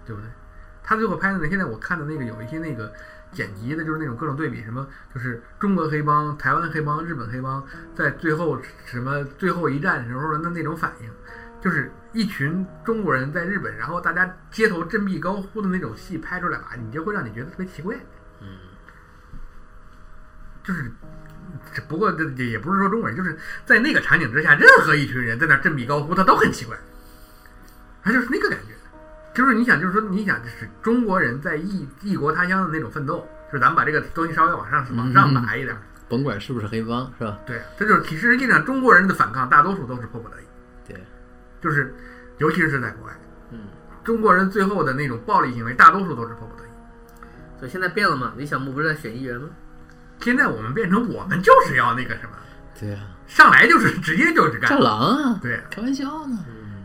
[SPEAKER 5] 对不对？他最后拍的那，现在我看的那个有一些那个剪辑的，就是那种各种对比，什么就是中国黑帮、台湾黑帮、日本黑帮，在最后什么最后一战时候的那那种反应，就是一群中国人在日本，然后大家街头振臂高呼的那种戏拍出来吧，你就会让你觉得特别奇怪。嗯，就是，只不过这也也不是说中国人，就是在那个场景之下，任何一群人在那振臂高呼，他都很奇怪，他就是那个感觉。就是你想，就是说，你想，就是中国人在异异国他乡的那种奋斗，就是咱们把这个东西稍微往上往上拔一点儿，
[SPEAKER 3] 甭管是不是黑帮，是吧？
[SPEAKER 5] 对，啊这就是其实际上中国人的反抗，大多数都是迫不得已。
[SPEAKER 3] 对，
[SPEAKER 5] 就是尤其是在国外，
[SPEAKER 2] 嗯，
[SPEAKER 5] 中国人最后的那种暴力行为，大多数都是迫不得已。
[SPEAKER 2] 所以现在变了嘛？李小牧不是在选艺人吗？
[SPEAKER 5] 现在我们变成我们就是要那个什么，
[SPEAKER 3] 对啊，
[SPEAKER 5] 上来就是直接就是干
[SPEAKER 3] 战，狼啊，
[SPEAKER 5] 对，嗯
[SPEAKER 3] 开玩笑呢。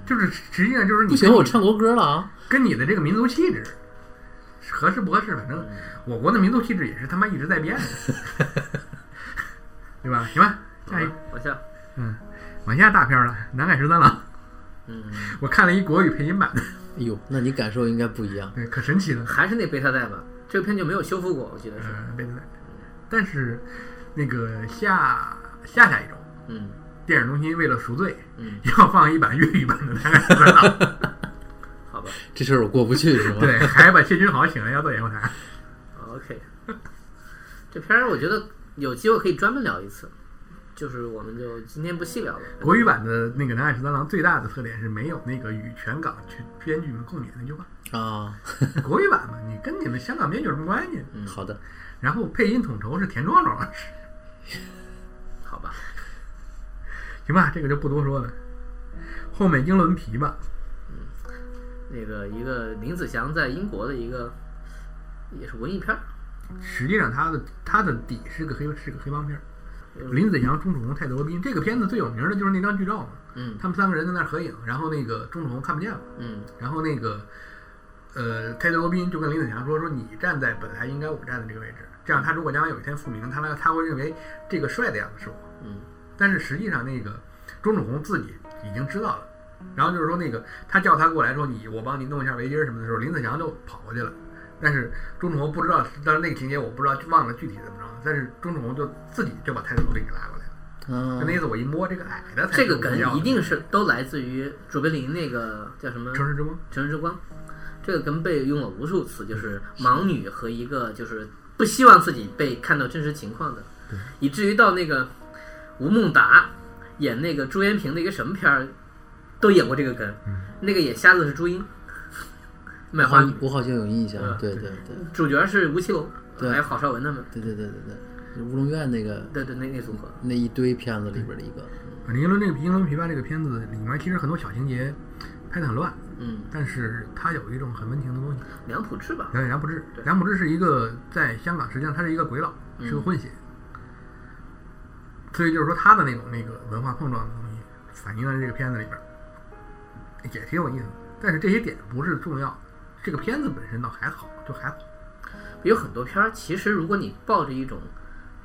[SPEAKER 5] 就是实际上就是你
[SPEAKER 3] 不行，我唱国歌了啊。
[SPEAKER 5] 跟你的这个民族气质合适不合适，反
[SPEAKER 3] 嗯
[SPEAKER 5] 正我国的民族气质也是他妈一直在变的， 对吧？行吧，下一
[SPEAKER 2] 好吧往下，
[SPEAKER 5] 嗯，往下大片了，《南海十三郎》。
[SPEAKER 2] 嗯，
[SPEAKER 5] 我看了一国语配音版的，
[SPEAKER 3] 哎呦，那你感受应该不一样。
[SPEAKER 5] 对，可神奇了。
[SPEAKER 2] 还是那贝塔带吧，这个片就没有修复过，我记得是。
[SPEAKER 5] 嗯，对对对。但是那个下下下一周，
[SPEAKER 2] 嗯
[SPEAKER 5] 电影中心为了赎罪，
[SPEAKER 2] 嗯，
[SPEAKER 5] 要放一版粤语版的《南海十三郎》，
[SPEAKER 2] 好吧
[SPEAKER 3] 这事儿我过不去是吧？
[SPEAKER 5] 对，还把谢君豪请来要做演后台。
[SPEAKER 2] ，OK。这片儿我觉得有机会可以专门聊一次，就是我们就今天不细聊了。
[SPEAKER 5] 国语版的那个《南海十三郎》最大的特点是没有那个与全港全编剧们共勉那句话。
[SPEAKER 3] 啊，
[SPEAKER 5] 国语版嘛，你跟你们香港编剧有什么关系？
[SPEAKER 3] 好的，
[SPEAKER 5] 然后配音统筹是田壮壮老师，
[SPEAKER 2] 好吧，
[SPEAKER 5] 行吧，这个就不多说了。后面英伦琵吧，
[SPEAKER 2] 那个一个林子祥在英国的一个也是文艺片儿，
[SPEAKER 5] 实际上它的它的底是个黑是个黑帮片儿。林子祥、钟楚红、泰德罗宾，这个片子最有名的就是那张剧照嘛，
[SPEAKER 2] 嗯
[SPEAKER 5] 他们三个人在那儿合影，然后那个钟楚红看不见了，
[SPEAKER 2] 嗯
[SPEAKER 5] 然后那个呃泰德罗宾就跟林子祥说说你站在本来应该我站的这个位置，这样他如果将来有一天复明，他来他会认为这个帅的样子是我，
[SPEAKER 2] 嗯
[SPEAKER 5] 但是实际上那个钟楚红自己已经知道了，然后就是说那个他叫他过来说你我帮你弄一下围巾儿什么的时候，林子祥就跑过去了，但是钟楚红不知道，但是那个情节我不知道忘了具体怎么着，但是钟楚红就自己就把泰德罗宾给拉过来了，
[SPEAKER 3] 嗯
[SPEAKER 5] 就那意思我一摸这个矮的才
[SPEAKER 2] 这
[SPEAKER 5] 是
[SPEAKER 2] 个
[SPEAKER 5] 我
[SPEAKER 2] 梗
[SPEAKER 5] 要的
[SPEAKER 2] 一定是都来自于卓别林那个叫什么
[SPEAKER 5] 城市之光，
[SPEAKER 2] 城市之光，这个梗被用了无数次，就是盲女和一个就是不希望自己被看到真实情况的，以至于到那个吴孟达演那个朱延平的一个什么片儿，都演过这个梗。那个演瞎子是朱茵，卖
[SPEAKER 3] 我
[SPEAKER 2] 花
[SPEAKER 3] 好
[SPEAKER 2] 女，
[SPEAKER 3] 我好像有印象
[SPEAKER 2] 嗯，
[SPEAKER 3] 对对对
[SPEAKER 2] 主角是吴奇隆，
[SPEAKER 3] 对
[SPEAKER 2] 还有郝邵文他们，
[SPEAKER 3] 对对对对对，就乌龙院那个
[SPEAKER 2] 对对，那那组合，
[SPEAKER 3] 那一堆片子里边的一个，
[SPEAKER 5] 反正英伦啊这个英伦琵琶这个片子里面其实很多小情节拍得很乱，
[SPEAKER 2] 嗯，
[SPEAKER 5] 但是它有一种很温情的东西。呃
[SPEAKER 2] 梁普之吧，
[SPEAKER 5] 梁梁不智，梁不智是一个在香港，实际上他是一个鬼佬，是
[SPEAKER 2] 嗯
[SPEAKER 5] 个混血，所以就是说他的那种那个文化碰撞的东西，反映在这个片子里边儿，也挺有意思的。但是这些点不是重要，这个片子本身倒还好，就还好。
[SPEAKER 2] 有很多片儿，其实如果你抱着一种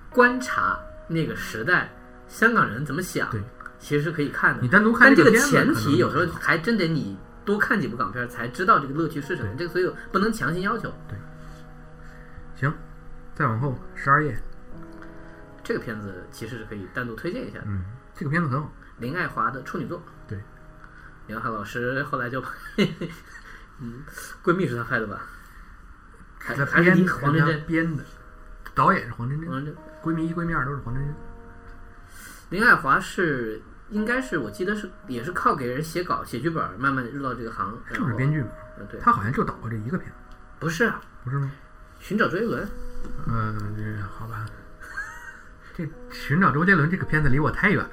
[SPEAKER 2] 观察那个时代香港人怎么想
[SPEAKER 5] 对，
[SPEAKER 2] 其实是可以看的。
[SPEAKER 5] 你单独看
[SPEAKER 2] 但这
[SPEAKER 5] 这
[SPEAKER 2] 个
[SPEAKER 5] 个片子
[SPEAKER 2] 前
[SPEAKER 5] 可能
[SPEAKER 2] 提，
[SPEAKER 5] 就
[SPEAKER 2] 有时候
[SPEAKER 5] 还好
[SPEAKER 2] 还真得你多看几部港片儿才知道这个乐趣是什么。这个所以不能强行要求。
[SPEAKER 5] 行，再往后十二页，
[SPEAKER 2] 这个片子其实是可以单独推荐一下的。
[SPEAKER 5] 嗯，这个片子很好，
[SPEAKER 2] 林爱华的处女作，
[SPEAKER 5] 对，
[SPEAKER 2] 林爱华老师后来就 把，嗯，闺蜜是她拍的吧？还
[SPEAKER 5] 在
[SPEAKER 2] 还是
[SPEAKER 5] 编
[SPEAKER 2] 你
[SPEAKER 5] 的
[SPEAKER 2] 黄真嗯真
[SPEAKER 5] 他，编的，导演是黄真
[SPEAKER 2] 黄
[SPEAKER 5] 真，
[SPEAKER 2] 真真。
[SPEAKER 5] 闺蜜一、闺蜜二都是黄真真。
[SPEAKER 2] 林爱华是应该是我记得是也是靠给人写稿写剧本儿，慢慢地入到这个行。然
[SPEAKER 5] 就
[SPEAKER 2] 后
[SPEAKER 5] 是编剧嘛，
[SPEAKER 2] 呃对，
[SPEAKER 5] 他好像就导过这一个片子，
[SPEAKER 2] 不是啊，
[SPEAKER 5] 不是吗？
[SPEAKER 2] 寻找追轮，
[SPEAKER 5] 嗯，这好吧。 这《寻找周杰伦》这个片子离我太远了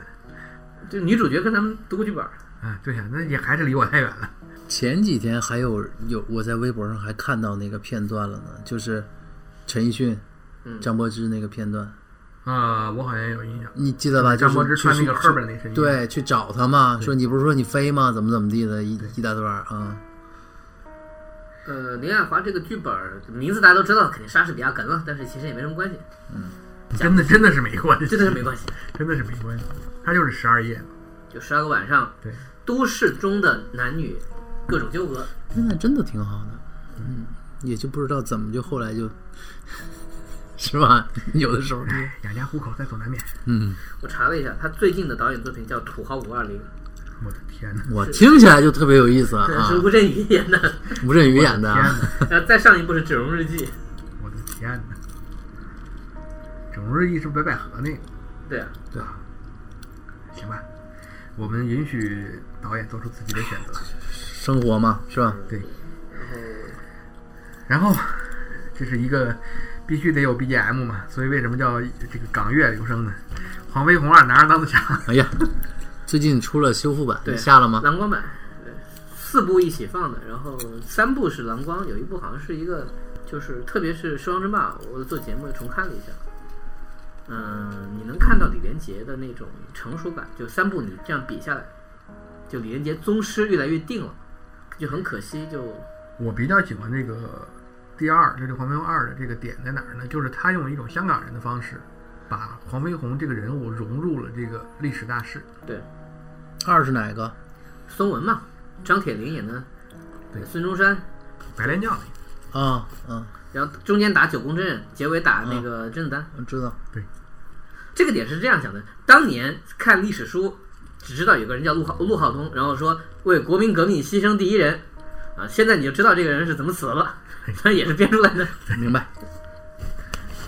[SPEAKER 2] 就女主角跟他们读过剧本儿。
[SPEAKER 5] 啊！对呀、那也还是离我太远了。
[SPEAKER 3] 前几天还有有我在微博上还看到那个片段了呢，就是陈奕迅、
[SPEAKER 2] 嗯
[SPEAKER 3] 张柏芝那个片段，
[SPEAKER 5] 啊，我好像有印象。
[SPEAKER 3] 你记得吧？
[SPEAKER 5] 嗯张柏
[SPEAKER 3] 就
[SPEAKER 5] 芝
[SPEAKER 3] 是
[SPEAKER 5] 穿那
[SPEAKER 3] 去
[SPEAKER 5] 个
[SPEAKER 3] 去
[SPEAKER 5] Herb 那身衣，，
[SPEAKER 3] 对，去找他嘛，说你不是说你飞吗？怎么怎么地的，一一大段儿啊。
[SPEAKER 2] 呃，林爱华这个剧本儿名字大家都知道，肯定莎士比亚梗了，但是其实也没什么关系，
[SPEAKER 5] 真的真的是没关系，
[SPEAKER 2] 真的是没关系。
[SPEAKER 5] 真的是没关系。他就是十二页，
[SPEAKER 2] 就十二个晚上，
[SPEAKER 5] 对，
[SPEAKER 2] 都市中的男女各种纠葛，
[SPEAKER 3] 现在真的挺好的，嗯，也就不知道怎么就后来就， 是吧？有的时候就
[SPEAKER 5] 养家糊口在所难免。
[SPEAKER 2] 我查了一下，他最近的导演作品叫《土豪五二零》，
[SPEAKER 5] 我的天哪！
[SPEAKER 3] 我听起来就特别有意思啊，
[SPEAKER 2] 是吴镇宇演的，
[SPEAKER 3] 吴镇宇演的
[SPEAKER 5] 天
[SPEAKER 3] 啊，
[SPEAKER 5] 哪！
[SPEAKER 2] 然后再上一部是《整容日记》，
[SPEAKER 5] 我的天哪！整容日记是不是白百合那个，
[SPEAKER 2] 对啊，
[SPEAKER 5] 对吧？行吧，我们允许导演做出自己的选择。
[SPEAKER 3] 生活嘛，是吧？
[SPEAKER 5] 对，嗯然后，这是一个必须得有 BGM 嘛，所以为什么叫这个港乐留声呢？黄飞鸿二拿着当自强，
[SPEAKER 3] 哎呀，最近出了修复版，
[SPEAKER 2] 对
[SPEAKER 3] 你下了吗？
[SPEAKER 2] 蓝光版，对，四部一起放的，然后三部是蓝光，有一部好像是一个，就是特别是《时光争霸》，我做节目重看了一下。嗯，你能看到李连杰的那种成熟感，就三部你这样比下来，就李连杰宗师越来越定了，就很可惜，就
[SPEAKER 5] 我比较喜欢这个第二，就是黄飞鸿二的这个点在哪儿呢？就是他用一种香港人的方式，把黄飞鸿这个人物融入了这个历史大势。
[SPEAKER 2] 对
[SPEAKER 3] 二是哪个？
[SPEAKER 2] 孙文嘛，张铁林演的
[SPEAKER 5] 对
[SPEAKER 2] 孙中山，
[SPEAKER 5] 白莲教那个，
[SPEAKER 3] 啊啊，
[SPEAKER 2] 然后中间打九宫阵，结尾打那个甄子丹，
[SPEAKER 3] 我知道，
[SPEAKER 2] 这个点是这样想的：当年看历史书，只知道有个人叫陆浩陆浩东，然后说为国民革命牺牲第一人，啊，现在你就知道这个人是怎么死的了， 他也是编出来的。
[SPEAKER 3] 明白。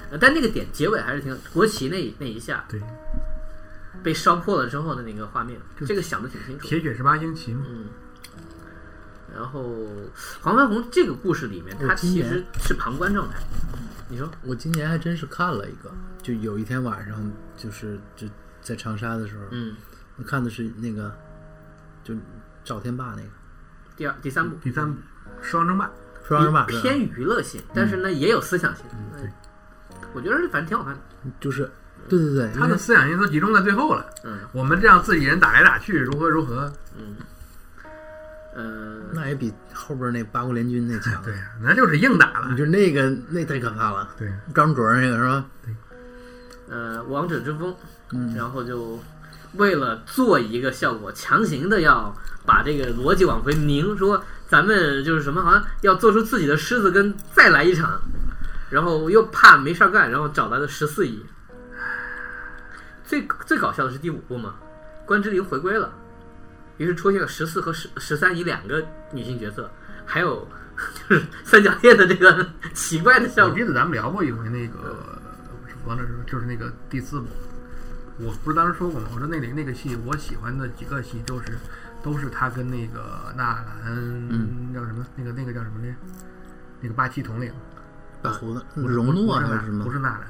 [SPEAKER 2] 呃但那个点结尾还是挺有国旗那一那一下
[SPEAKER 5] 对，
[SPEAKER 2] 被烧破了之后的那个画面，这个想的挺清楚。
[SPEAKER 5] 铁血十八星旗嘛。
[SPEAKER 2] 嗯，然后黄飞鸿这个故事里面，
[SPEAKER 3] 我
[SPEAKER 2] 他
[SPEAKER 3] 今
[SPEAKER 2] 其
[SPEAKER 3] 年
[SPEAKER 2] 实是旁观状态。你说
[SPEAKER 3] 我今年还真是看了一个，就有一天晚上，就是就在长沙的时候，
[SPEAKER 2] 嗯
[SPEAKER 3] 我看的是那个，就赵天霸那个
[SPEAKER 2] 第二、第三部
[SPEAKER 5] 第三部《狮王争霸》，
[SPEAKER 3] 《双人霸》是吧
[SPEAKER 2] 偏娱乐性，但是呢也有思想性。嗯，我觉得反正挺好看的。
[SPEAKER 3] 就是对对对，因
[SPEAKER 5] 他
[SPEAKER 3] 为
[SPEAKER 5] 的思想因素集中在最后了。
[SPEAKER 2] 嗯
[SPEAKER 5] 我们这样自己人打来打去，如何如何？
[SPEAKER 2] 呃，
[SPEAKER 3] 那也比后边那八国联军那 强。
[SPEAKER 5] 对，呀，那就是硬打
[SPEAKER 3] 你
[SPEAKER 5] 了。
[SPEAKER 3] 就那个那太可怕了，
[SPEAKER 5] 对，
[SPEAKER 3] 张卓那个是吧？
[SPEAKER 2] 呃，王者之风，然后就为了做一个效果，强行的要把这个逻辑往回拧，说咱们就是什么，好像要做出自己的狮子跟再来一场，然后又怕没事儿干，然后找来了十四亿。最最搞笑的是第五部嘛，关之琳回归了，于是出现了十四和十十三姨两个女性角色，还有就是三角恋的这个 奇怪的效
[SPEAKER 5] 我
[SPEAKER 2] 果。
[SPEAKER 5] 记得咱们聊过一回那个王者之，就是那个第四部。我不是当时说过吗？我说那里那个戏，我喜欢的几个戏都是都是他跟那个纳兰
[SPEAKER 3] 嗯
[SPEAKER 5] 叫什么那个那个叫什么来着？那个八旗统领
[SPEAKER 3] 把胡子荣
[SPEAKER 5] 不
[SPEAKER 3] 啊诺
[SPEAKER 5] 是纳
[SPEAKER 3] 还是什么
[SPEAKER 5] 不？是纳兰，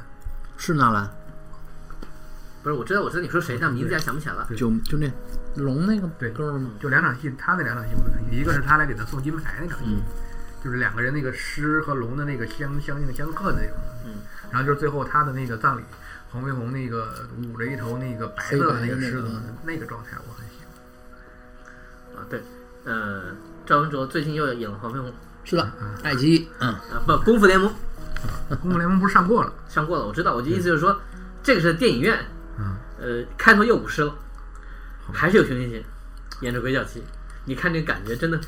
[SPEAKER 3] 是纳兰，
[SPEAKER 2] 不是，我知道，我知道你说谁，但名字一下想不起来了。
[SPEAKER 3] 就就那龙那个
[SPEAKER 5] 对
[SPEAKER 3] 哥们儿吗？
[SPEAKER 5] 就两场戏，他那两场戏我都看，一个是他来给他送金牌那场戏，就是两个人那个狮和龙的那个相相应相克的那种，
[SPEAKER 2] 嗯，
[SPEAKER 5] 然后就是最后他的那个葬礼，黄飞鸿那个捂着一头那个白色的那个狮子
[SPEAKER 3] 黑白的那个，
[SPEAKER 5] 那个状态我很喜欢。
[SPEAKER 2] 啊，对，呃，赵文卓最近又演了黄飞鸿，
[SPEAKER 3] 是的，爱奇艺，嗯，
[SPEAKER 2] 啊，不，《功夫联盟
[SPEAKER 5] 功夫联盟不是上过了，》
[SPEAKER 2] 上过了，我知道，我就意思就是说，这个是电影院，
[SPEAKER 5] 嗯，
[SPEAKER 2] 呃，开头又舞狮了，还是有熊欣欣演着鬼脚七，你看这感觉真的。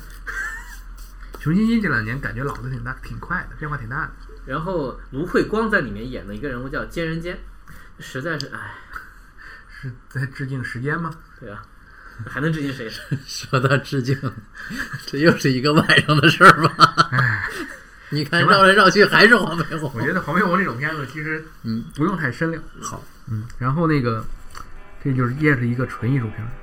[SPEAKER 5] 熊欣欣这两年感觉老的挺大，挺快的，变化挺大的。
[SPEAKER 2] 然后卢慧光在里面演了一个人物叫菅人坚，实在是，哎，
[SPEAKER 5] 是在致敬时间吗？
[SPEAKER 2] 对啊，还能致敬谁？
[SPEAKER 3] 说到致敬，这又是一个晚上的事儿吧？ 你看
[SPEAKER 5] 行吧
[SPEAKER 3] 绕来绕去还是黄飞
[SPEAKER 5] 我
[SPEAKER 3] 鸿，
[SPEAKER 5] 觉得黄飞鸿这种片子其实
[SPEAKER 3] 哦嗯
[SPEAKER 5] 不用太深聊。
[SPEAKER 3] 好，
[SPEAKER 5] 嗯，然后那个这就是也是一个纯艺术片儿，
[SPEAKER 4] eh, eh, oh. eh,